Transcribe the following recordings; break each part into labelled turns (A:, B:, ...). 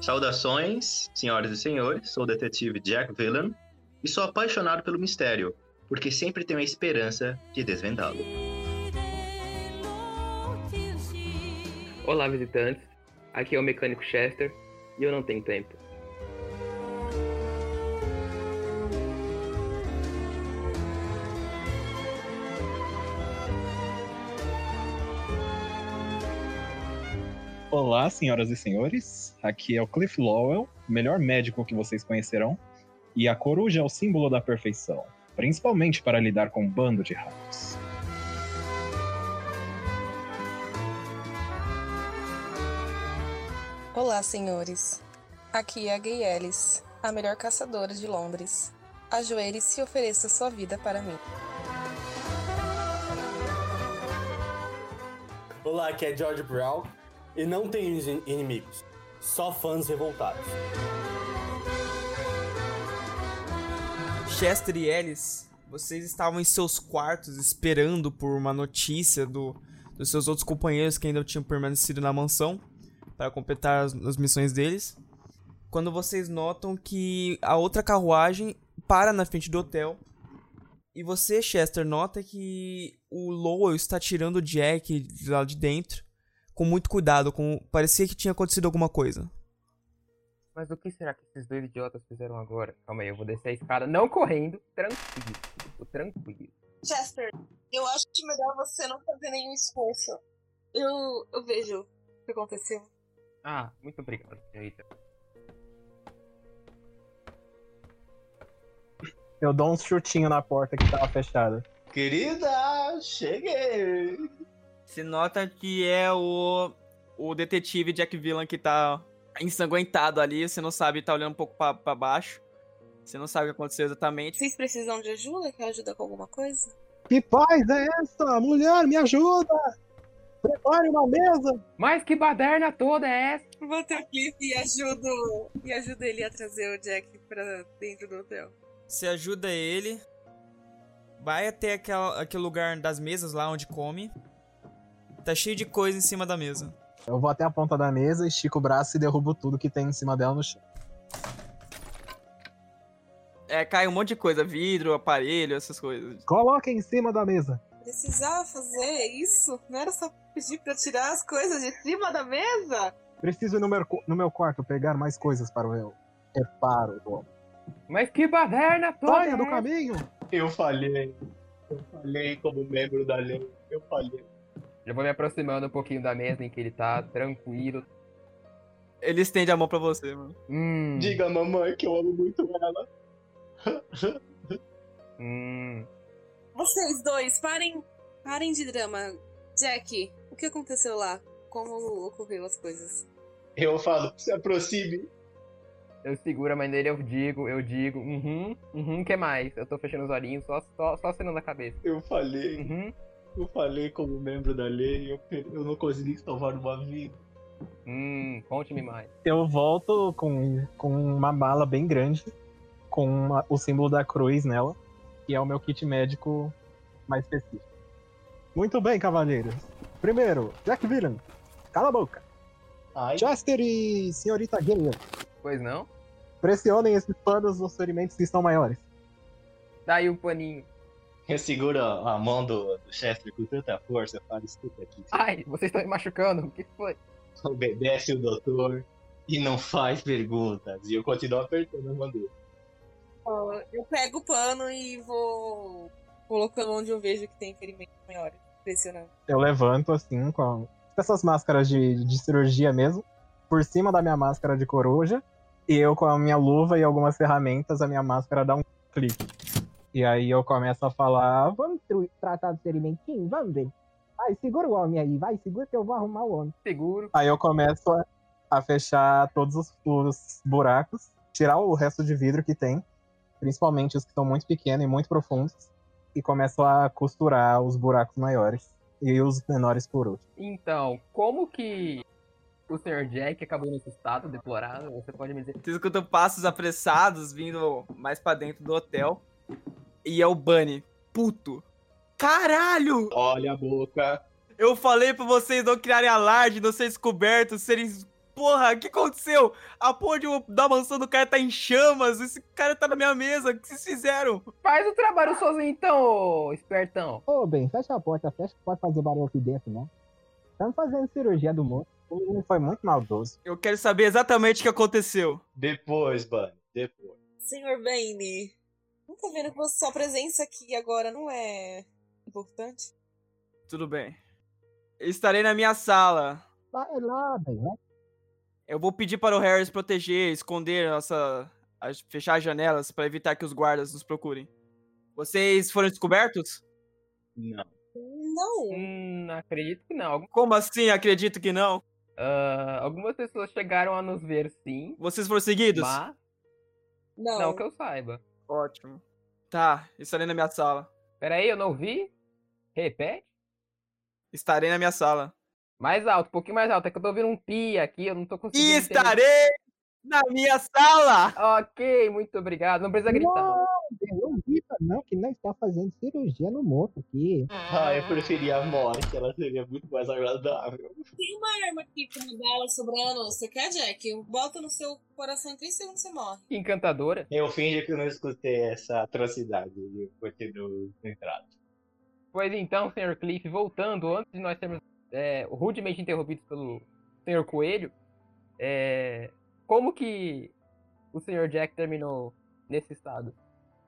A: Saudações, senhoras e senhores, sou o detetive Jack Villan e sou apaixonado pelo mistério, porque sempre tenho a esperança de desvendá-lo.
B: Olá, visitantes. Aqui é o mecânico Chester e eu não tenho tempo.
C: Olá, senhoras e senhores. Aqui é o Cliff Lowell, o melhor médico que vocês conhecerão. E a coruja é o símbolo da perfeição, principalmente para lidar com um bando de ratos.
D: Olá, senhores. Aqui é a Gay Ellis, a melhor caçadora de Londres. Ajoelhe-se e ofereça sua vida para mim.
E: Olá, aqui é George Brown e não tem in- inimigos, só fãs revoltados.
F: Chester e Ellis, vocês estavam em seus quartos esperando por uma notícia do, dos seus outros companheiros que ainda tinham permanecido na mansão para completar as, as missões deles. Quando vocês notam que a outra carruagem para na frente do hotel e você, Chester, nota que o Lowell está tirando o Jack de lá de dentro com muito cuidado, com parecia que tinha acontecido alguma coisa.
B: Mas o que será que esses dois idiotas fizeram agora? Calma aí, eu vou descer a escada, não correndo, tranquilo, tô tranquilo.
G: Chester, eu acho
D: é
G: que melhor você não fazer nenhum esforço. Eu, eu vejo o que aconteceu.
B: Ah, muito obrigado, senhorita.
C: Eu dou um chutinho na porta que tava fechada.
A: Querida, cheguei!
F: Você nota que é o, o detetive Jack Villan que tá ensanguentado ali, você não sabe, tá olhando um pouco pra, pra baixo. Você não sabe o que aconteceu exatamente.
D: Vocês precisam de ajuda? Quer ajuda com alguma coisa?
C: Que paz é essa? Mulher, me ajuda! Prepare uma mesa!
B: Mas que baderna toda é essa?
D: Vou ter o clipe e ajudo, e ajudo ele a trazer o Jack pra dentro do hotel.
F: Você ajuda ele, vai até aquela- aquele lugar das mesas lá onde come. Tá cheio de coisa em cima da mesa.
C: Eu vou até a ponta da mesa, estico o braço e derrubo tudo que tem em cima dela no chão.
F: É, cai um monte de coisa, vidro, aparelho, essas coisas.
C: Coloque em cima da mesa!
D: Precisava fazer isso? Não era só pedir pra tirar as coisas de cima da mesa?
C: Preciso ir no meu, co- no meu quarto pegar mais coisas para o meu reparo. Bom.
B: Mas que baderna toda é
C: Saia do
B: essa?
C: caminho!
A: Eu falhei. Eu falhei como membro da lei. Eu falhei.
B: Já vou me aproximando um pouquinho da mesa em que ele tá, tranquilo.
F: Ele estende a mão pra você, mano.
B: Hum,
A: Diga à mamãe que eu amo muito ela.
B: hum.
D: Vocês dois, parem, parem de drama. Jack, o que aconteceu lá? Como ocorreu as coisas?
A: Eu falo, se aproxime.
B: Eu seguro a mãe dele, eu digo, eu digo, uhum, uhum, que mais? Eu tô fechando os olhinhos, só, só, só acenando a cabeça.
A: Eu falhei.
B: Uhum,
A: Eu falhei como membro da lei. Eu, eu não consegui salvar uma vida.
B: hum, conte-me mais.
C: Eu volto com, com uma mala bem grande, com uma- o símbolo da cruz nela, que é o meu kit médico mais específico. Muito bem, cavaleiros. Primeiro, Jack Villan, cala a boca.
A: Ai,
C: Chester e senhorita Gillian,
B: Pois não?
C: pressionem esses panos nos ferimentos que estão maiores.
B: Daí o um paninho.
A: eu seguro a mão do, do Chester com tanta força. Eu falo, escuta aqui.
B: Ai, vocês estão me machucando, o que foi?
A: Obedece o doutor e não faz perguntas. E eu continuo apertando a mão dele.
D: Ó, Eu pego o pano e vou colocando onde eu vejo que tem ferimento maior. Impressionante.
C: Eu levanto assim, com a- com essas máscaras de, de cirurgia mesmo, por cima da minha máscara de coruja, e eu com a minha luva e algumas ferramentas, a minha máscara dá um clique. E aí eu começo a falar, vamos tru- tratar do experimentinho, vamos ver. Vai, segura o homem aí, vai, segura que eu vou arrumar o homem.
B: Seguro.
C: Aí eu começo a, a fechar todos os, os buracos, tirar o resto de vidro que tem, principalmente os que são muito pequenos e muito profundos, e começo a costurar os buracos maiores e os menores por último.
B: Então, como que o Sr. Jack acabou nesse estado deplorável? tá Você pode me dizer.
F: Vocês escutam passos apressados vindo mais pra dentro do hotel. E é o Bunny. Puto. Caralho!
A: Olha a boca.
F: Eu falei pra vocês não criarem alarde, não serem descobertos, serem Porra, o que aconteceu? A porra de, uma- da mansão do cara tá em chamas. Esse cara tá na minha mesa. O que vocês fizeram?
B: Faz o trabalho sozinho então, ô espertão.
C: Ô, Ben, fecha a porta, fecha que pode fazer barulho aqui dentro, não. Estamos fazendo cirurgia do moço. O menino foi muito maldoso.
F: Eu quero saber exatamente o que aconteceu.
E: Depois, Bunny, depois.
D: Senhor Bane, não tá vendo que você- sua presença aqui agora não é importante?
F: Tudo bem. Eu Estarei na minha sala.
C: Vai lá, Ben, né?
F: Eu vou pedir para o Harris proteger, esconder nossa. as- fechar as janelas para evitar que os guardas nos procurem. Vocês foram descobertos?
A: Não.
D: Não.
B: Hum, acredito que não. Algum-
F: Como assim? Acredito que não.
B: ah, algumas pessoas chegaram a nos ver sim,
F: Vocês foram seguidos?
B: mas
D: Não.
B: não que eu saiba.
F: Ótimo. Tá, estarei na minha sala.
B: Peraí, eu não vi? Repete?
F: Estarei na minha sala.
B: Mais alto, um pouquinho mais alto. É que eu tô ouvindo um pi aqui, eu não tô conseguindo.
F: E
B: entender.
F: estarei na minha sala!
B: Ok, muito obrigado. Não precisa gritar.
C: Não, Ben, eu vi, não, que não está fazendo cirurgia no moço aqui.
E: Ah, eu preferia a morte, ela seria muito mais agradável.
D: Tem uma arma aqui com uma bala sobrando. Você quer, Jack? Bota no seu coração em 3 segundos você morre.
B: Que encantadora.
E: Eu fingi que eu não escutei essa atrocidade e eu continuo entrado.
B: Pois então, Sr. Cliff, voltando, antes de nós sermos é, rudemente interrompidos pelo Sr. Coelho, é, como que o Sr. Jack terminou nesse estado?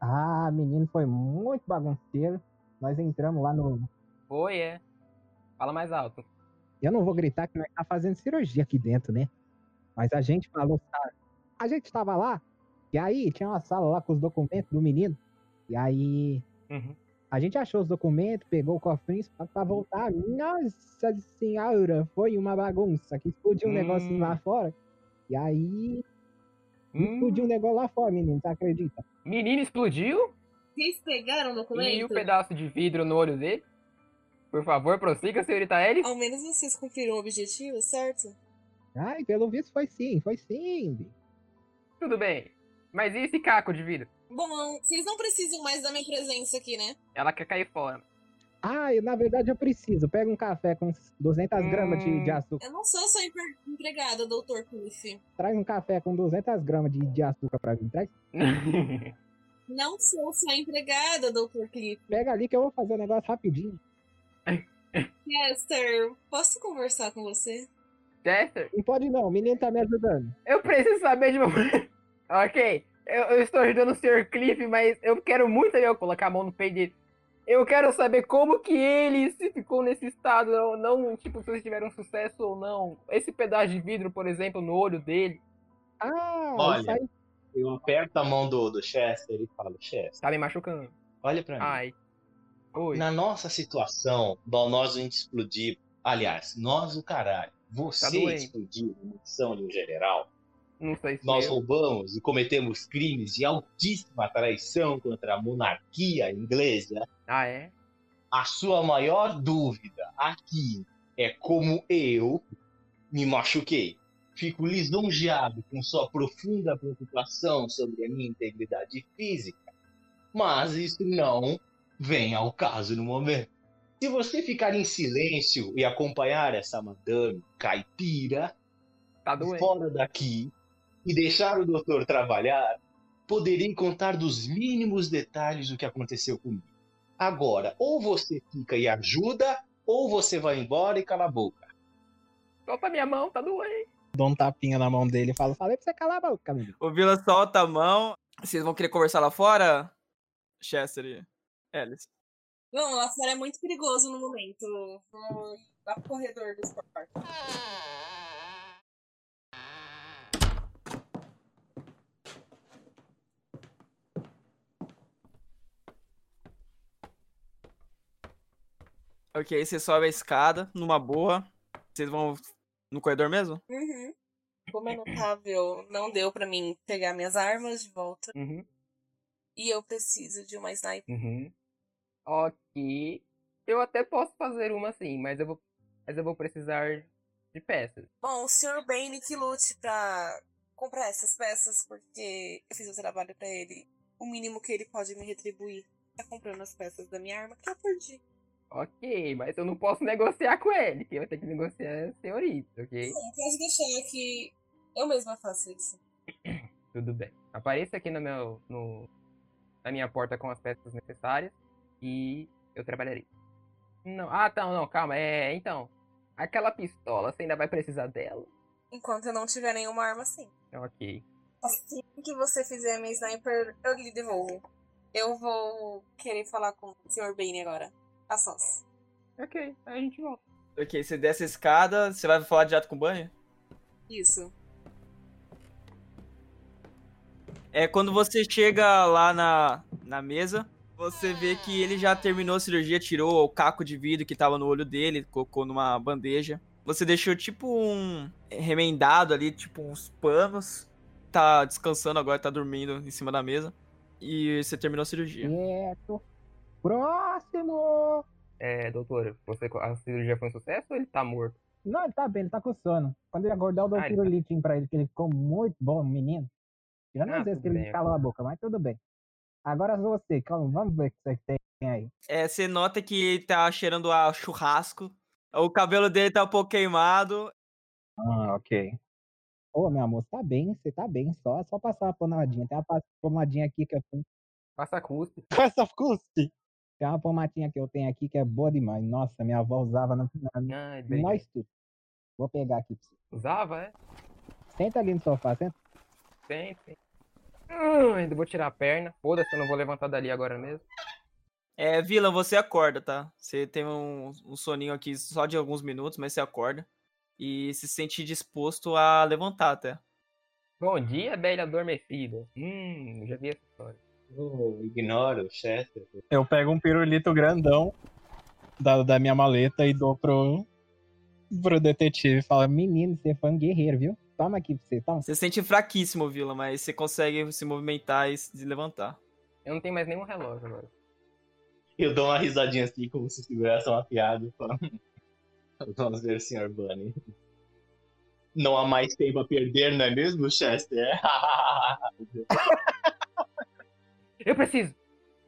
C: Ah, menino, foi muito bagunceiro. Nós entramos lá no.
B: Foi, é. Fala mais alto.
C: Eu não vou gritar que nós tá fazendo cirurgia aqui dentro, né? Mas a gente falou, sabe? A gente tava lá, e aí tinha uma sala lá com os documentos do menino. E aí
B: Uhum.
C: A gente achou os documentos, pegou o cofrinho pra, pra voltar. Nossa senhora, foi uma bagunça. Que explodiu um
B: Hum.
C: negocinho lá fora. E aí, explodiu um
B: Hum,
C: negócio lá fora, menino, você acredita?
B: menino explodiu
D: Vocês pegaram o
B: e o
D: documento?
B: pedaço de vidro no olho dele. Por favor, prossiga, senhorita Ellis.
D: Ao menos vocês cumpriram o objetivo, certo?
C: Ai, pelo visto foi sim, foi sim. Bi.
B: Tudo bem. Mas e esse caco de vidro?
D: Bom, vocês não precisam mais da minha presença aqui, né?
B: Ela quer cair fora.
C: Ah, eu, na verdade eu preciso. Pega um café com uns 200 gramas de, de
B: Hum.
C: açúcar.
D: Eu não sou sua empre- empregada, doutor Cliff.
C: Traz um café com 200 gramas de, de açúcar pra mim. Traz.
D: Não sou sua empregada, doutor Cliff.
C: Pega ali que eu vou fazer o negócio rapidinho.
D: Chester, posso conversar com você?
B: Chester,
C: Não pode não, o menino tá me ajudando.
B: Eu preciso saber de uma. ok. Eu, eu estou ajudando o Sr. Cliff, mas eu quero muito saber. Eu vou colocar a mão no peito dele. Eu quero saber como que ele se ficou nesse estado, ou não, tipo, se eles tiveram sucesso ou não. Esse pedaço de vidro, por exemplo, no olho dele.
C: Ah,
E: Olha.
C: isso aí.
E: Eu aperto a mão do, do Chester e falo, Chester,
B: Tá me machucando.
E: olha
A: É.
E: pra mim.
B: Ai. Oi.
E: Na nossa situação, bom, nós não explodir. Aliás, nós o caralho. Você
B: Tá doente.
E: explodiu a munição de um general.
B: Não sei se.
E: Nós
B: eu-
E: roubamos e cometemos crimes de altíssima traição contra a monarquia inglesa.
B: Ah, é?
E: A sua maior dúvida aqui é como eu me machuquei. Fico lisonjeado com sua profunda preocupação sobre a minha integridade física, mas isso não vem ao caso no momento. Se você ficar em silêncio e acompanhar essa madame caipira
B: Tá doente.
E: fora daqui e deixar o doutor trabalhar, poderei contar dos mínimos detalhes do que aconteceu comigo. Agora, ou você fica e ajuda, ou você vai embora e cala a boca.
B: Solta minha mão, tá doente.
C: Dou um tapinha na mão dele e falo, falei pra você calar a boca, menino.
F: O Vila solta a mão. Vocês vão querer conversar lá fora? Chester e Alice.
D: Bom, lá fora é muito perigoso no momento. Vamos lá pro corredor do esporte.
F: Ok, vocês sobem a escada, numa boa. Vocês vão no corredor mesmo?
D: Uhum. Como é notável, não deu pra mim pegar minhas armas de volta.
B: Uhum.
D: E eu preciso de uma sniper.
B: Uhum. Ok. Eu até posso fazer uma sim, mas eu vou. Mas eu vou precisar de peças.
D: Bom, o senhor Bane que lute pra comprar essas peças, porque eu fiz o trabalho pra ele. O mínimo que ele pode me retribuir. Tá comprando as peças da minha arma que eu perdi.
B: Ok, mas eu não posso negociar com ele. Quem vai ter que negociar é a senhorita, ok?
D: Não, pode deixar que eu mesma faço isso.
B: Tudo bem. Apareça aqui no meu, no, na minha porta com as peças necessárias e eu trabalharei. Não, ah, não, não, calma. É, então. Aquela pistola, você ainda vai precisar dela?
D: Enquanto eu não tiver nenhuma arma, sim.
B: Ok.
D: Assim que você fizer minha sniper, eu lhe devolvo. Eu vou querer falar com o Sr. Bane agora. Ações.
B: Ok, aí a gente volta.
F: Ok, você desce a escada, você vai falar direto com o banho?
D: Isso.
F: É quando você chega lá na, na mesa, você vê que ele já terminou a cirurgia, tirou o caco de vidro que tava no olho dele, colocou numa bandeja. Você deixou tipo um remendado ali, tipo uns panos. Tá descansando agora, tá dormindo em cima da mesa. E você terminou a cirurgia.
C: Quieto. Próximo!
B: É, doutor, você, a cirurgia foi um sucesso ou ele tá morto?
C: Não, ele tá bem, ele tá com sono. Quando ele acordar, eu dou um
B: Ah, ele tá-
C: pirulitinho pra ele, que ele ficou muito bom, menino. Tirando
B: Ah,
C: às vezes
B: tudo
C: que ele
B: bem,
C: calou a boca, mas tudo bem. Agora você, calma, vamos ver o que você tem aí.
F: É, você nota que ele tá cheirando a churrasco. O cabelo dele tá um pouco queimado.
C: Ah, ok. Ô, meu amor, você tá bem, você tá bem, só, só passar a pomadinha. Tem uma pa- pomadinha aqui que eu tenho.
B: Passa cuspe.
C: Essa custe! Tem uma pomadinha que eu tenho aqui que é boa demais. Nossa, minha avó usava na, na,
B: Ai, Ah, bem.
C: nós tudo. Vou pegar aqui pra você.
B: Usava, é?
C: Senta ali no sofá, senta.
B: Tem, tem. Hum, ainda vou tirar a perna. Foda-se, eu não vou levantar dali agora mesmo.
F: É, Vila, você acorda, tá? Você tem um, um soninho aqui só de alguns minutos, mas você acorda. E se sente disposto a levantar até.
B: Bom dia, velha adormecida. Hum, eu já vi essa história.
A: Eu ignoro o chefe.
C: Eu pego um pirulito grandão da, da minha maleta e dou pro, pro detetive. Fala, menino, você foi um guerreiro, viu? Toma aqui pra você, toma.
F: Você se sente fraquíssimo, Vila, mas você consegue se movimentar e se levantar.
B: Eu não tenho mais nenhum relógio agora.
A: Eu dou uma risadinha assim, como se tivesse uma piada. falo, "Hum, Vamos ver, Sr. Bunny. Não há mais tempo a perder, não é mesmo, Chester?
B: Eu preciso!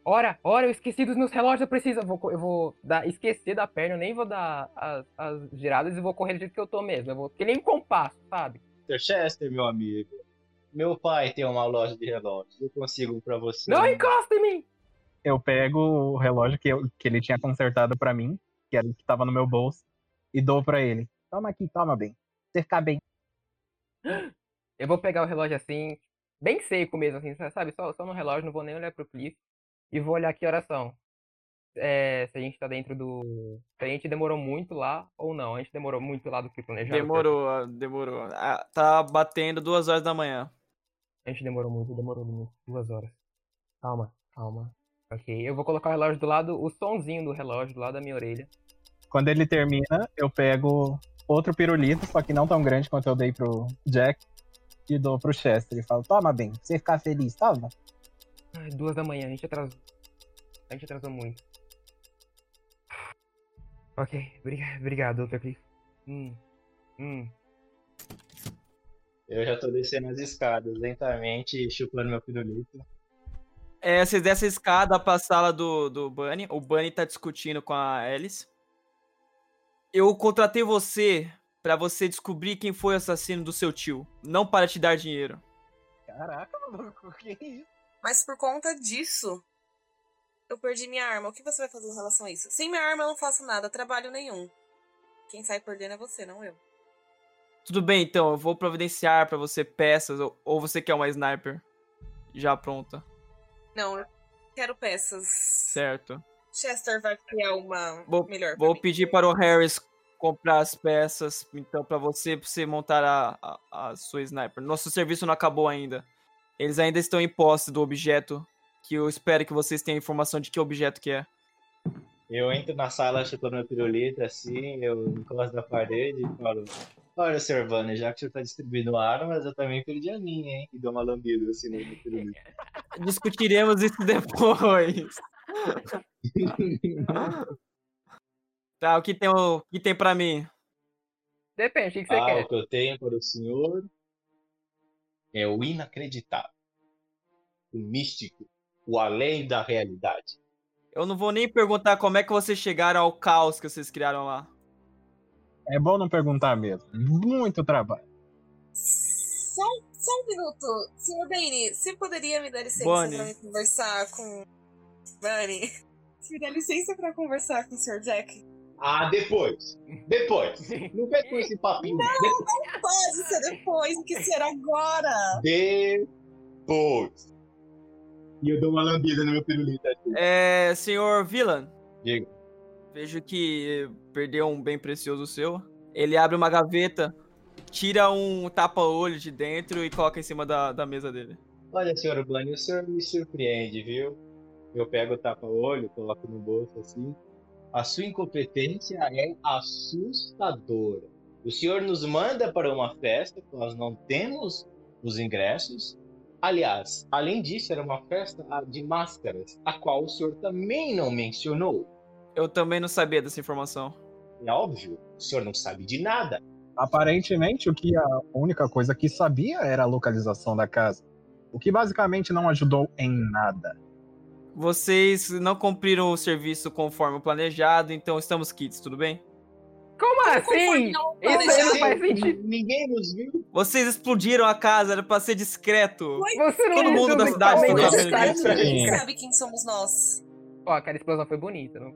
B: Ora, ora, eu esqueci dos meus relógios, eu preciso. Eu vou, co- eu vou dar, esquecer da perna, eu nem vou dar as, as giradas e vou correr do jeito que eu tô mesmo. Eu vou, que nem um compasso, sabe?
A: Sr. Chester, meu amigo. Meu pai tem uma loja de relógios. Eu consigo pra você.
B: Não
A: um-
B: encosta em mim!
C: Eu pego o relógio que, eu- que ele tinha consertado pra mim, que era o que tava no meu bolso, e dou pra ele. Toma aqui, toma bem. Você fica bem.
B: Eu vou pegar o relógio assim, bem seco mesmo, assim, sabe? Só, só no relógio, não vou nem olhar pro cliff. E vou olhar que horas são. É, se a gente tá dentro do. Se a gente demorou muito lá ou não. A gente demorou muito lá do que planejado.
F: Demorou, ah, demorou. Ah, tá batendo duas horas da manhã.
B: A gente demorou muito, demorou muito. Duas horas. Calma, calma. Ok, eu vou colocar o relógio do lado, o sonzinho do relógio do lado da minha orelha.
C: Quando ele termina, eu pego outro pirulito, só que não tão grande quanto eu dei pro Jack, e dou pro Chester. E falo, toma bem, pra você ficar feliz, toma.
B: Ai, duas da manhã, a gente atrasou. A gente atrasou muito. Ok, obriga- obrigado, Dr. Cliff. Hum, hum.
A: Eu já tô descendo as escadas lentamente, chupando meu pirulito.
F: É, você desce a escada pra sala do, do Bunny. O Bunny tá discutindo com a Alice. Eu contratei você pra você descobrir quem foi o assassino do seu tio. Não para te dar dinheiro.
C: Caraca, maluco, que isso?
D: Mas por conta disso, eu perdi minha arma. O que você vai fazer em relação a isso? Sem minha arma eu não faço nada, trabalho nenhum. Quem sai perdendo é você, não eu.
F: Tudo bem, então, eu vou providenciar pra você peças ou, ou você quer uma sniper já pronta,
D: Não, eu quero peças.
F: certo?
D: Chester vai criar uma
F: Vou-
D: melhor. pra
F: Vou
D: mim.
F: pedir para o Harris comprar as peças, então, pra você, pra você montar a, a, a sua sniper. Nosso serviço não acabou ainda. Eles ainda estão em posse do objeto, que eu espero que vocês tenham informação de que objeto que é.
A: Eu entro na sala chupando meu pirulito, assim, eu encosto na parede e falo: Olha, Sr. Bunny, já que o senhor tá distribuindo armas, eu também perdi a minha, hein? E dou uma lambida assim no meu pirulito.
F: Discutiremos isso depois. tá, o que tem, o que tem pra mim?
B: Depende, o que que você
A: Ah,
B: quer?
A: o que eu tenho para o senhor é o inacreditável, o místico, o além da realidade,
F: Eu não vou nem perguntar como é que vocês chegaram ao caos que vocês criaram lá.
C: É bom não perguntar mesmo. Muito trabalho.
D: Só, um- só um minuto. Senhor Bane, você poderia me dar licença
F: Bonnie.
D: pra conversar com. Bunny. Me dá licença pra conversar com o Sr. Jack.
A: Ah, depois. Depois. Não vem com esse papinho.
D: Pode ser é depois, o que ser agora?
A: De- Depois. E eu dou uma lambida no meu pirulito. assim.
F: É, senhor Villan.
A: Diga.
F: Vejo que perdeu um bem precioso seu. Ele abre uma gaveta, tira um tapa-olho de dentro e coloca em cima da, da mesa dele.
A: Olha, senhor Blaney, o senhor me surpreende, viu? Eu pego o tapa-olho, coloco no bolso assim. A sua incompetência é assustadora. O senhor nos manda para uma festa, que nós não temos os ingressos. Aliás, além disso, era uma festa ah, de máscaras, a qual o senhor também não mencionou.
F: Eu também não sabia dessa informação.
A: É óbvio, o senhor não sabe de nada.
C: Aparentemente, o que a única coisa que sabia era a localização da casa. O que basicamente não ajudou em nada.
F: Vocês não cumpriram o serviço conforme o planejado, então estamos quites, tudo bem?
B: Como assim? Isso aí não faz sentido.
A: Ninguém nos viu.
F: Vocês explodiram a casa, era pra ser discreto.
B: Você não
F: Todo
B: disse
F: mundo
B: os
F: da cidade
B: equipamentos
F: tá
D: Você
F: vendo
D: sabe,
F: isso
C: aí?
D: sabe quem somos nós.
B: Ó, cara, a explosão foi bonita. Não?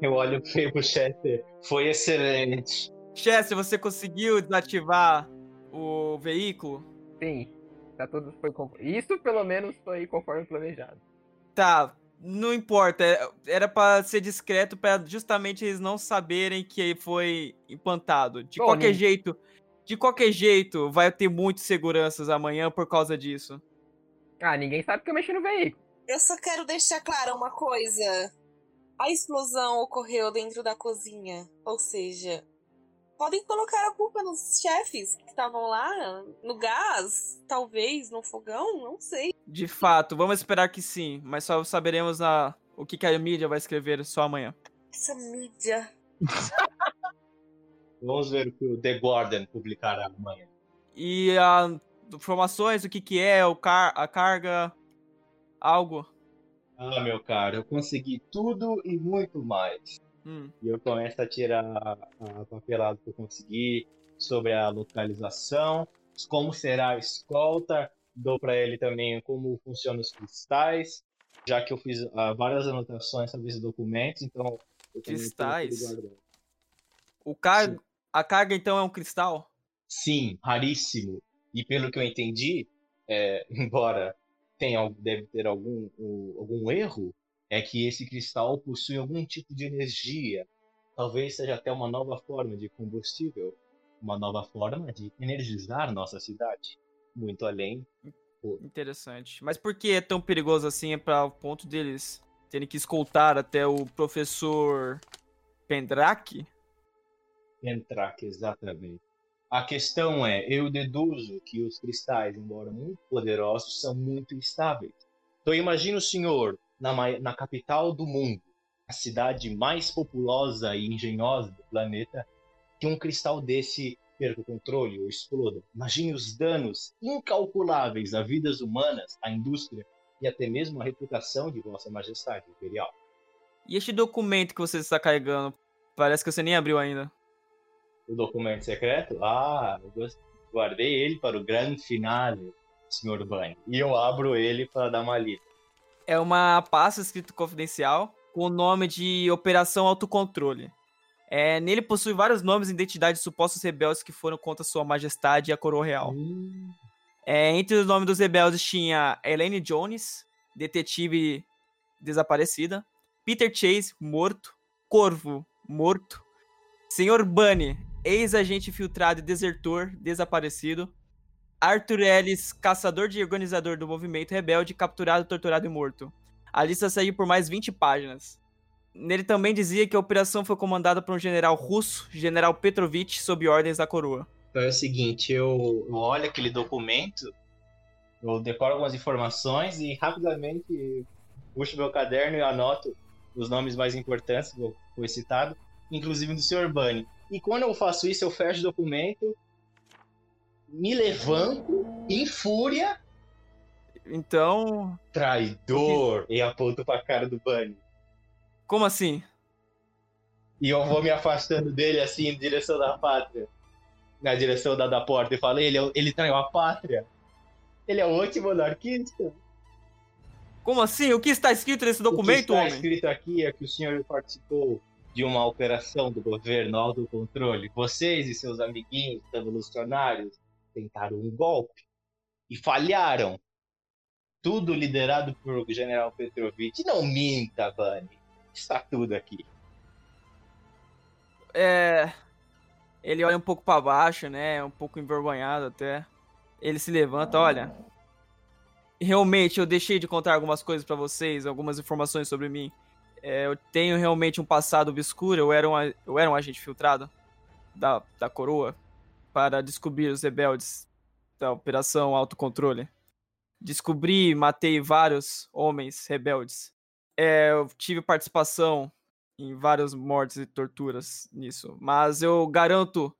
A: Eu olho feio pro Chester. Foi excelente.
F: Chester, você conseguiu desativar o veículo?
B: Sim. Tá tudo foi con- Isso pelo menos foi conforme planejado.
F: Tá, não importa. é- Era pra ser discreto pra justamente eles não saberem que foi implantado. De
B: Bom,
F: qualquer
B: né?
F: jeito, de qualquer jeito, vai ter muitos seguranças amanhã por causa disso.
B: Ah, ninguém sabe que eu mexi no veículo.
D: Eu só quero deixar clara uma coisa. A explosão ocorreu dentro da cozinha. Ou seja, podem colocar a culpa nos chefes que estavam lá, no gás, talvez, no fogão, não sei.
F: De fato, vamos esperar que sim, mas só saberemos na, o que, que a mídia vai escrever só amanhã.
D: Essa mídia.
A: Vamos ver o que o The Gordon publicará amanhã.
F: E a informações, o que que é, o car a carga, algo.
A: Ah, meu caro, eu consegui tudo e muito mais.
F: Hum.
A: E eu começo a tirar a papelada que eu consegui sobre a localização, como será a escolta, dou para ele também como funcionam os cristais, já que eu fiz ah, várias anotações sobre esses documentos, então... eu também tenho
F: Cristais?
A: tudo guardado.
F: O car
A: Sim.
F: a carga então é um cristal?
A: Sim, raríssimo. E pelo que eu entendi, é, embora tenha, al- deve ter algum, o- algum erro, é que esse cristal possui algum tipo de energia. Talvez seja até uma nova forma de combustível, uma nova forma de energizar nossa cidade. Muito além.
F: Interessante. Mas por que é tão perigoso assim é para o ponto deles terem que escoltar até o professor Pendrake?
A: Entrar, exatamente. A questão é, eu deduzo que os cristais, embora muito poderosos, são muito instáveis. Então imagina o senhor na, mai- na capital do mundo, a cidade mais populosa e engenhosa do planeta, que um cristal desse perca o controle ou exploda. Imagine os danos incalculáveis a vidas humanas, à indústria e até mesmo à reputação de Vossa Majestade Imperial.
F: E este documento que você está carregando? Parece que você nem abriu ainda.
A: O documento secreto? Ah, eu gos- guardei ele para o grande finale, Sr. Bunny. E eu abro ele para dar uma lida.
F: É uma pasta escrito confidencial com o nome de Operação Autocontrole. É, nele possui vários nomes e identidades de supostos rebeldes que foram contra Sua Majestade e a Coroa Real.
A: Então,
F: É, entre os nomes dos rebeldes tinha Elaine Jones, detetive desaparecida, Peter Chase, morto, Corvo, morto, Sr. Bunny, ex-agente filtrado e desertor, desaparecido, Arthur Ellis, caçador e organizador do movimento rebelde, capturado, torturado e morto. A lista segue por mais 20 páginas. Nele também dizia que a operação foi comandada por um general russo, general Petrovich, sob ordens da coroa.
A: Então é o seguinte, eu, eu olho aquele documento, eu decoro algumas informações e rapidamente puxo meu caderno e anoto os nomes mais importantes que eu- foi citado, inclusive do Sr. Bunny. E quando eu faço isso, eu fecho o documento, me levanto em fúria
F: Então,
A: Traidor! E aponto pra cara do Bunny.
F: Como assim?
A: E eu vou me afastando dele assim, em direção da pátria. Na direção da, da porta. E falo, ele, é o- ele traiu a pátria. Ele é o último anarquista.
F: Como assim? O que está escrito nesse
A: o que
F: documento,
A: está
F: homem?
A: escrito aqui é que o senhor participou de uma operação do governo ao do controle. Vocês e seus amiguinhos revolucionários tentaram um golpe e falharam. Tudo liderado por General Petrovich. Não minta, Vani. Está tudo aqui.
F: É. Ele olha um pouco para baixo, né? Um pouco envergonhado até. Ele se
A: Ah.
F: levanta, olha. Realmente, eu deixei de contar algumas coisas para vocês, algumas informações sobre mim. É, eu tenho realmente um passado obscuro. Eu era um, a- eu era um agente filtrado da, da coroa para descobrir os rebeldes da Operação Autocontrole. Descobri e matei vários homens rebeldes. É, eu tive participação em várias mortes e torturas nisso. Mas eu garanto,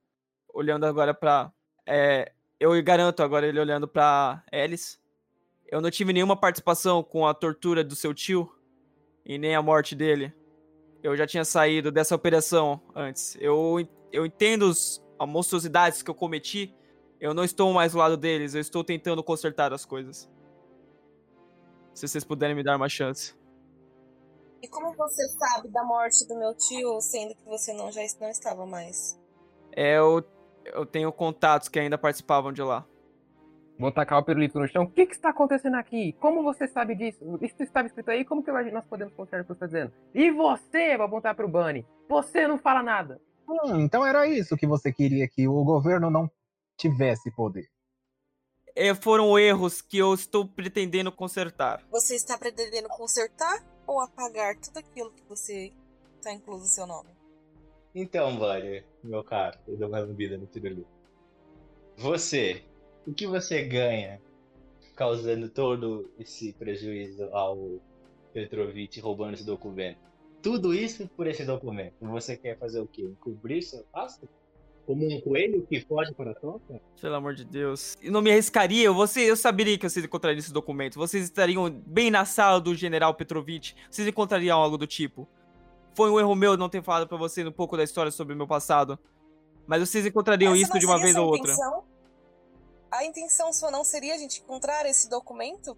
F: olhando agora pra. é, eu garanto agora ele olhando pra Alice. Eu não tive nenhuma participação com a tortura do seu tio e nem a morte dele. Eu já tinha saído dessa operação antes. Eu, en- eu entendo os, as monstruosidades que eu cometi. Eu não estou mais do lado deles. Eu estou tentando consertar as coisas. Se vocês puderem me dar uma chance.
D: E como você sabe da morte do meu tio, sendo que você não já não estava mais?
F: É, eu, eu tenho contatos que ainda participavam de lá.
B: Vou tacar o pirulito no chão. O que que está acontecendo aqui? Como você sabe disso? Isso estava escrito aí? Como que eu- nós podemos confiar no que você está dizendo? E você, vou apontar pro Bunny. Você não fala nada.
C: Hum, então era isso que você queria que o governo não tivesse poder.
F: É, foram erros que eu estou pretendendo consertar.
D: Você está pretendendo consertar ou apagar tudo aquilo que você está incluso no seu nome?
A: Então, Vani, meu caro, eu dou uma lambida no pirulito. Você, o que você ganha causando todo esse prejuízo ao Petrovich roubando esse documento? Tudo isso por esse documento. Você quer fazer o quê? Encobrir seu rastro? Como um coelho que foge para a toca?
F: Pelo amor de Deus. Eu não me arriscaria, você, eu saberia que vocês encontrariam esse documento. Vocês estariam bem na sala do general Petrovich. Vocês encontrariam algo do tipo. Foi um erro meu não ter falado pra vocês um pouco da história sobre o meu passado. Mas vocês encontrariam
D: Essa
F: isso
D: não
F: de uma
D: seria
F: vez
D: sua
F: ou outra.
D: intenção? A intenção sua não seria a gente encontrar esse documento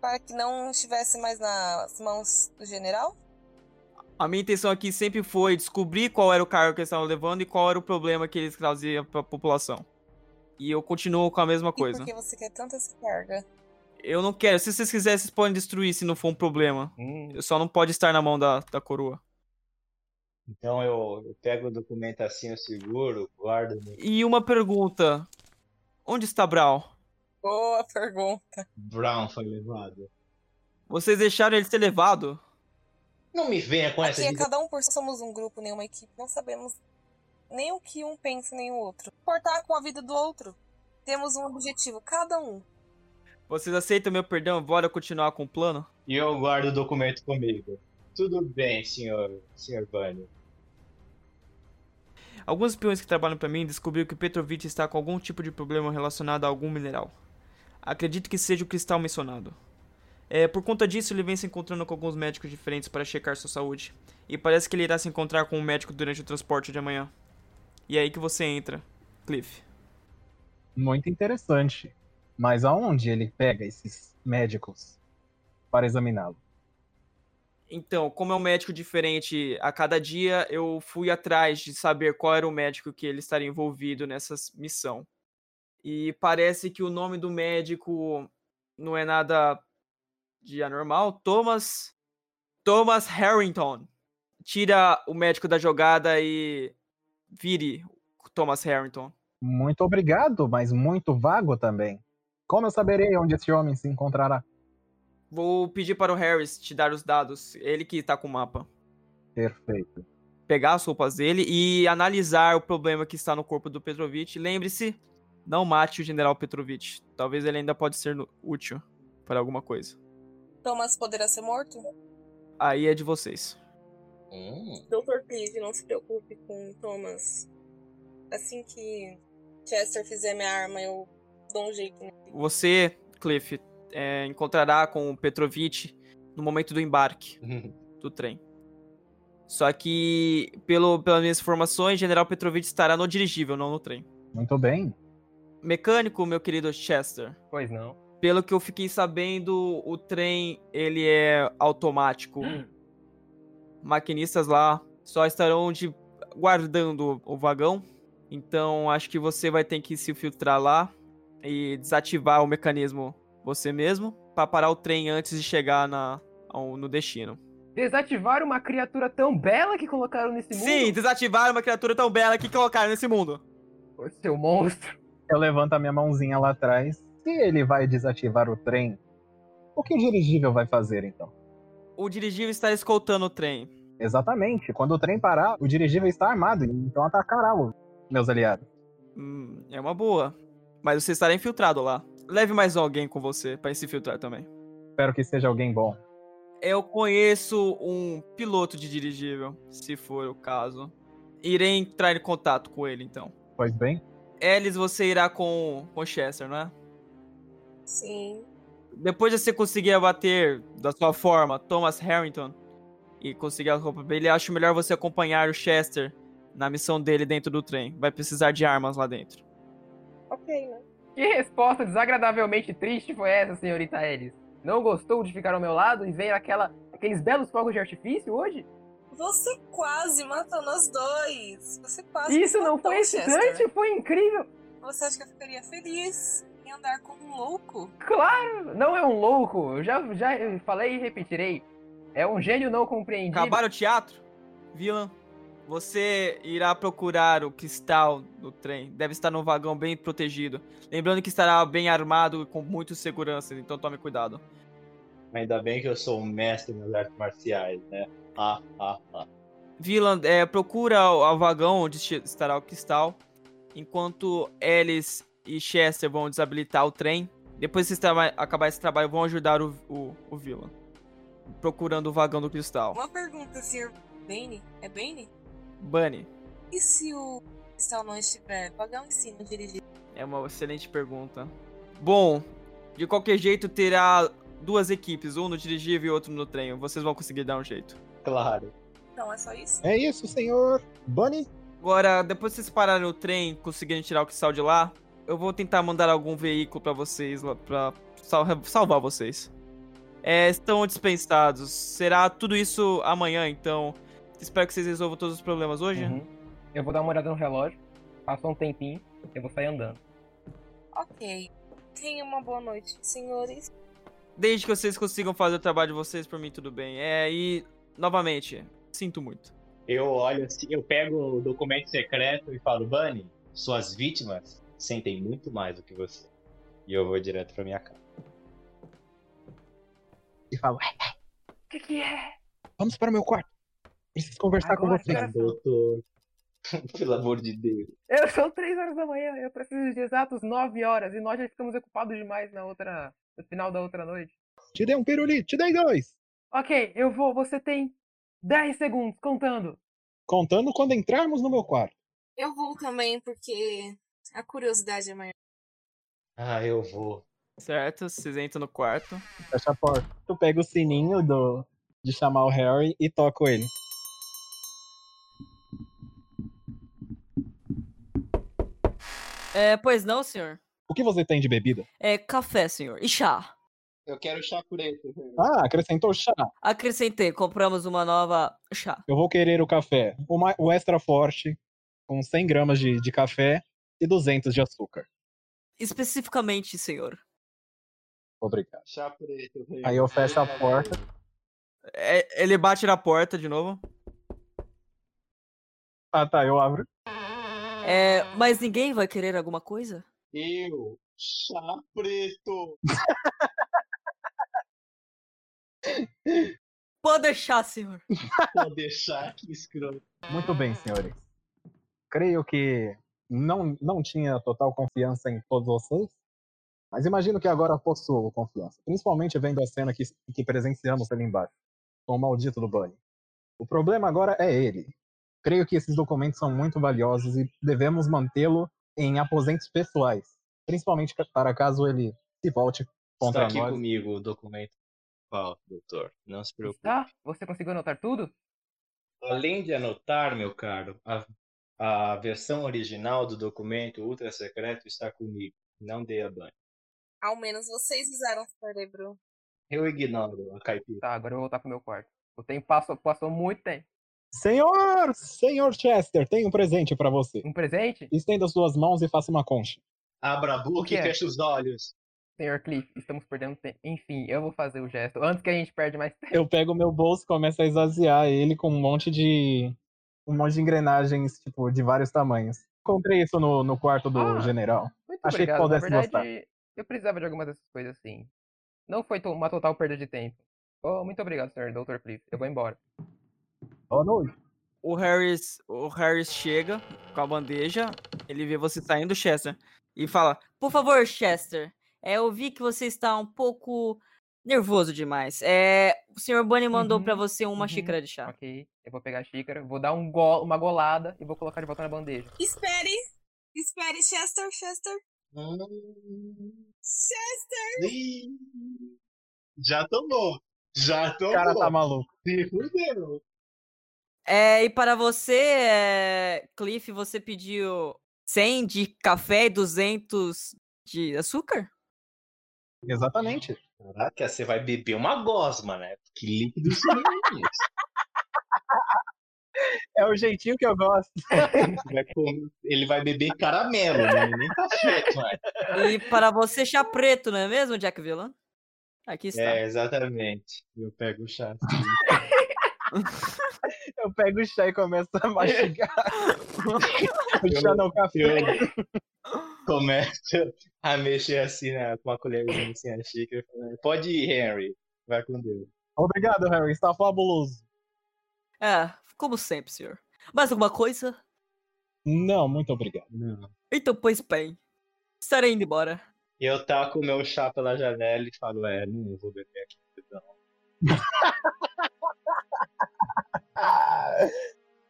D: para que não estivesse mais nas mãos do general?
F: A minha intenção aqui sempre foi descobrir qual era o cargo que eles estavam levando e qual era o problema que eles traziam pra população. E eu continuo com a mesma
D: E
F: coisa.
D: por que você quer tanta essa carga?
F: Eu não quero. Se vocês quiserem, vocês podem destruir se não for um problema. Eu Só não pode estar na mão da, da coroa.
A: Então eu, eu pego o documento assim, eu seguro, guardo no
F: E uma pergunta: Onde está Brau?
D: Boa pergunta.
A: Brown foi levado.
F: Vocês deixaram ele ser levado?
A: Não me venha com essa
D: Aqui é
A: de
D: cada um por somos um grupo, nenhuma equipe. Não sabemos nem o que um pensa, nem o outro. Importar com a vida do outro. Temos um objetivo, cada um.
F: Vocês aceitam meu perdão? Bora continuar com o plano?
A: E eu guardo o documento comigo. Tudo bem, senhor, senhor Bunny.
F: Alguns peões que trabalham para mim descobriram que Petrovich está com algum tipo de problema relacionado a algum mineral. Acredito que seja o cristal mencionado. É, por conta disso, ele vem se encontrando com alguns médicos diferentes para checar sua saúde. E parece que ele irá se encontrar com um médico durante o transporte de amanhã. E é aí que você entra, Cliff.
C: Muito interessante. Mas aonde ele pega esses médicos para examiná-lo?
F: Então, como é um médico diferente a cada dia, eu fui atrás de saber qual era o médico que ele estaria envolvido nessa s- missão. E parece que o nome do médico não é nada de anormal. Thomas. Thomas Harrington. Tira o médico da jogada e vire o Thomas Harrington.
C: Muito obrigado, mas muito vago também. Como eu saberei onde esse homem se encontrará?
F: Vou pedir para o Harris te dar os dados. Ele que tá com o mapa.
C: Perfeito.
F: pegar as roupas dele e analisar o problema que está no corpo do Petrovic. Lembre-se, não mate o General Petrovic. Talvez ele ainda pode ser nu- útil para alguma coisa.
D: Thomas poderá ser morto?
F: Aí é de vocês.
A: Hum,
D: Dr. Clive, não se preocupe com Thomas. Assim que Chester fizer minha arma, eu dou um jeito.
F: Você, Cliff, é, eh, encontrará com o Petrovic no momento do embarque do trem. Só que, pelo, pelas minhas informações, General Petrovich estará no dirigível, não no trem.
C: Muito bem.
F: Mecânico, meu querido Chester.
B: Pois não.
F: Pelo que eu fiquei sabendo, o trem ele é automático.
B: Hum.
F: Maquinistas lá só estarão de guardando o vagão. Então acho que você vai ter que se filtrar lá e desativar o mecanismo você mesmo para parar o trem antes de chegar na, ao- no destino.
B: Desativaram uma criatura tão bela que colocaram nesse mundo.
F: Sim, desativar uma criatura tão bela que colocaram nesse mundo.
B: Ô, Seu monstro.
C: Eu levanto a minha mãozinha lá atrás. Se ele vai desativar o trem, o que o dirigível vai fazer então?
F: O dirigível está escoltando o trem.
C: Exatamente. Quando o trem parar, o dirigível está armado, então atacará os meus aliados.
F: Hum, é uma boa. Mas você estará infiltrado lá. Leve mais alguém com você para se filtrar também.
C: Espero que seja alguém bom.
F: Eu conheço um piloto de dirigível, se for o caso. Irei entrar em contato com ele, então.
C: Pois bem,
F: Ellis, você irá com, com o Chester, não é?
D: Sim.
F: Depois de você conseguir abater da sua forma Thomas Harrington e conseguir a roupa dele, acho melhor você acompanhar o Chester na missão dele dentro do trem. Vai precisar de armas lá dentro.
D: Ok, né?
B: Que resposta desagradavelmente triste foi essa, senhorita Ellis? Não gostou de ficar ao meu lado e veio aquela, aqueles belos fogos de artifício hoje?
D: Você quase matou nós dois. Você quase
B: Isso
D: me
B: não
D: matou,
B: foi
D: Chester.
B: excitante? Foi incrível!
D: Você acha que eu ficaria feliz em andar com um louco?
B: Claro! Não é um louco! Eu já, já falei e repetirei. É um gênio não compreendido.
F: Acabar o teatro? Villain, você irá procurar o cristal do trem. Deve estar num vagão bem protegido. Lembrando que estará bem armado e com muito segurança, então tome cuidado.
A: Ainda bem que eu sou um mestre nas artes marciais, né? Ah, ah, ah.
F: Villain, é, procura o, o vagão onde che- estará o cristal. Enquanto Ellis e Chester vão desabilitar o trem. Depois que vocês traba- acabar esse trabalho, vão ajudar o, o, o Villain. Procurando o vagão do cristal.
D: Uma pergunta, senhor Bane. É Bane?
F: Bunny,
D: E se o cristal não estiver? Pagar um ensino dirigir.
F: é uma excelente pergunta. Bom, de qualquer jeito terá duas equipes, um no dirigível e outro no trem. Vocês vão conseguir dar um jeito.
A: Claro.
D: Então é só isso?
C: é isso, senhor. Bunny,
F: Agora, depois que vocês pararem o trem e conseguirem tirar o cristal de lá, eu vou tentar mandar algum veículo pra vocês, lá pra sal- salvar vocês. É, estão dispensados. Será tudo isso amanhã, então espero que vocês resolvam todos os problemas hoje.
B: Uhum. Eu vou dar uma olhada no relógio. Passou um tempinho, eu vou sair andando.
D: Ok. Tenha uma boa noite, senhores.
F: Desde que vocês consigam fazer o trabalho de vocês, por mim tudo bem. É, e, novamente, sinto muito.
A: Eu olho assim, eu pego o documento secreto e falo, Bunny, suas vítimas sentem muito mais do que você. E eu vou direto pra minha casa.
C: e fala:
B: O que, que é?
C: Vamos para o meu quarto. Preciso conversar
B: Agora,
C: com você.
B: agora.
A: doutor. Pelo amor de Deus.
B: Eu são três horas da manhã, eu preciso de exatos nove horas e nós já ficamos ocupados demais na outra. no final da outra noite.
C: Te dei um pirulito, te dei dois.
B: Ok, eu vou, você tem 10 segundos contando.
C: Contando quando entrarmos no meu quarto.
D: Eu vou também, porque a curiosidade é maior.
A: Ah, eu vou.
F: Certo? Vocês entram no quarto.
C: Fecha a porta. Tu pega o sininho do, de chamar o Harry e toca ele.
H: É, pois não, senhor?
C: O que você tem de bebida?
H: É café, senhor. E chá.
A: Eu quero chá preto.
C: Ah, acrescentou chá.
H: Acrescentei, compramos uma nova chá.
C: Eu vou querer o café. O, ma- o extra forte, com 100 gramas de, de café e 200 de açúcar.
H: Especificamente, senhor.
C: Obrigado.
A: Chá preto.
C: Aí eu fecho a porta.
F: É, ele bate na porta de novo.
C: Ah, tá, eu abro.
H: É, mas ninguém vai querer alguma coisa?
A: Eu, chá preto.
H: Pode deixar, senhor.
A: Vou deixar que escroto.
C: Muito bem, senhores. Creio que não, não tinha total confiança em todos vocês, mas imagino que agora possuo confiança. Principalmente vendo a cena que, que presenciamos ali embaixo, com o maldito do Bunny. O problema agora é ele. Creio que esses documentos são muito valiosos e devemos mantê-lo em aposentos pessoais, principalmente ca- para caso ele se volte
A: Está
C: contra
A: aqui
C: nós.
A: comigo o documento. Qual, doutor? Não se preocupe.
B: Tá? Você conseguiu anotar tudo?
A: Além de anotar, meu caro, a, a versão original do documento ultra secreto está comigo. Não dê a banho.
D: Ao menos vocês usaram o cérebro.
A: Eu ignoro a caipira.
B: Tá, agora eu vou voltar pro meu quarto. O tempo passou, passou muito tempo.
C: Senhor, senhor Chester, tenho um presente pra você.
B: Um presente?
C: Estenda suas mãos e faça uma concha.
A: Abra a
B: O
A: boca
B: que
A: e
B: é?
A: fecha os olhos.
B: Senhor Cliff, estamos perdendo tempo. Enfim, eu vou fazer o gesto. Antes que a gente perde mais tempo.
C: Eu pego meu bolso e começo a esvaziar ele com um monte de. um monte de engrenagens, tipo, de vários tamanhos. Comprei isso no, no quarto do
B: Ah.
C: general.
B: Muito
C: Achei que
B: obrigado.
C: pudesse
B: Na verdade, eu precisava de algumas dessas coisas assim. Não foi to- uma total perda de tempo. Oh, muito obrigado, senhor Dr. Cliff. Eu vou embora.
C: Boa noite.
F: O Harris, o Harris chega com a bandeja, ele vê você saindo, Chester, e fala:
H: Por favor, Chester. É, eu vi que você está um pouco nervoso demais. É, o Sr. Bunny mandou pra
B: Uhum,
H: você uma
B: uhum.
H: xícara de chá.
B: Ok, eu vou pegar a xícara, vou dar um go- uma golada e vou colocar de volta na bandeja.
D: Espere! Espere, Chester, Chester.
A: Hum.
D: Chester.
A: Ih, Já tomou. Já
C: O
A: tomou.
C: cara tá maluco.
A: Se fudeu.
H: É, e para você, é, Cliff, você pediu 100 de café e 200 de açúcar?
C: Exatamente.
A: Caraca, você vai beber uma gosma, né? Que líquido seria isso?
C: É o jeitinho que eu gosto.
A: Vai comer- Ele vai beber caramelo, né? Nem né? café, mano.
H: E para você, chá preto, não é mesmo, Jack Villan? Aqui está.
A: É, exatamente. Eu pego o chá.
C: Eu pego o chá e começo a mastigar. o chá não
A: Eu
C: café.
A: começo a mexer assim na, com a colherzinha assim, a xícara. falando, Pode ir, Henry. Vai com Deus.
C: Obrigado, Harry. Está fabuloso.
H: É, como sempre, senhor. Mais alguma coisa?
C: Não, muito obrigado.
A: Não.
H: Então, pois bem. Estarei indo embora.
A: E eu taco o meu chá pela janela e falo, é, não vou beber aqui.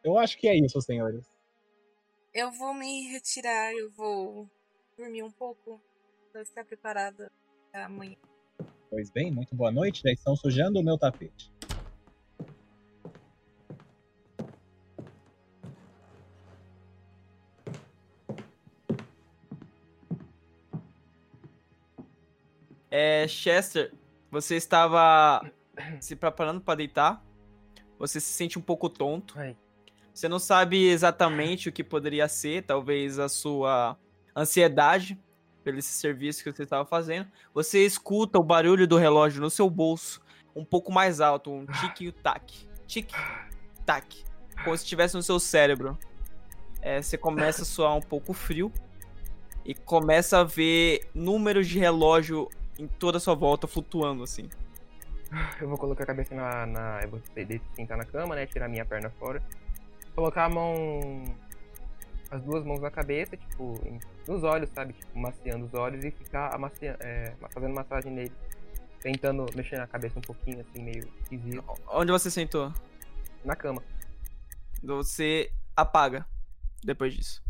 C: Eu acho que é isso, senhores.
D: Eu vou me retirar, eu vou dormir um pouco pra eu estar preparada pra amanhã.
C: Pois bem, muito boa noite. Já estão sujando o meu tapete.
F: É, Chester, você estava se preparando para deitar. Você se sente um pouco tonto.
B: Ai.
F: Você não sabe exatamente o que poderia ser, talvez a sua ansiedade pelo esse serviço que você estava fazendo. Você escuta o barulho do relógio no seu bolso, um pouco mais alto, um tique e o tac. Tique, tac. Como se estivesse no seu cérebro. É, você começa a soar um pouco frio e começa a ver números de relógio em toda a sua volta flutuando assim.
B: Eu vou colocar a cabeça na. na- eu vou se- de- sentar na cama, né? Tirar minha perna fora. Colocar a mão. As duas mãos na cabeça, tipo, em- nos olhos, sabe? Tipo, maciando os olhos e ficar amacia, é, ma- fazendo massagem nele. Tentando mexer na cabeça um pouquinho, assim, meio esquisito.
F: Onde você sentou?
B: Na cama.
F: Você apaga depois disso.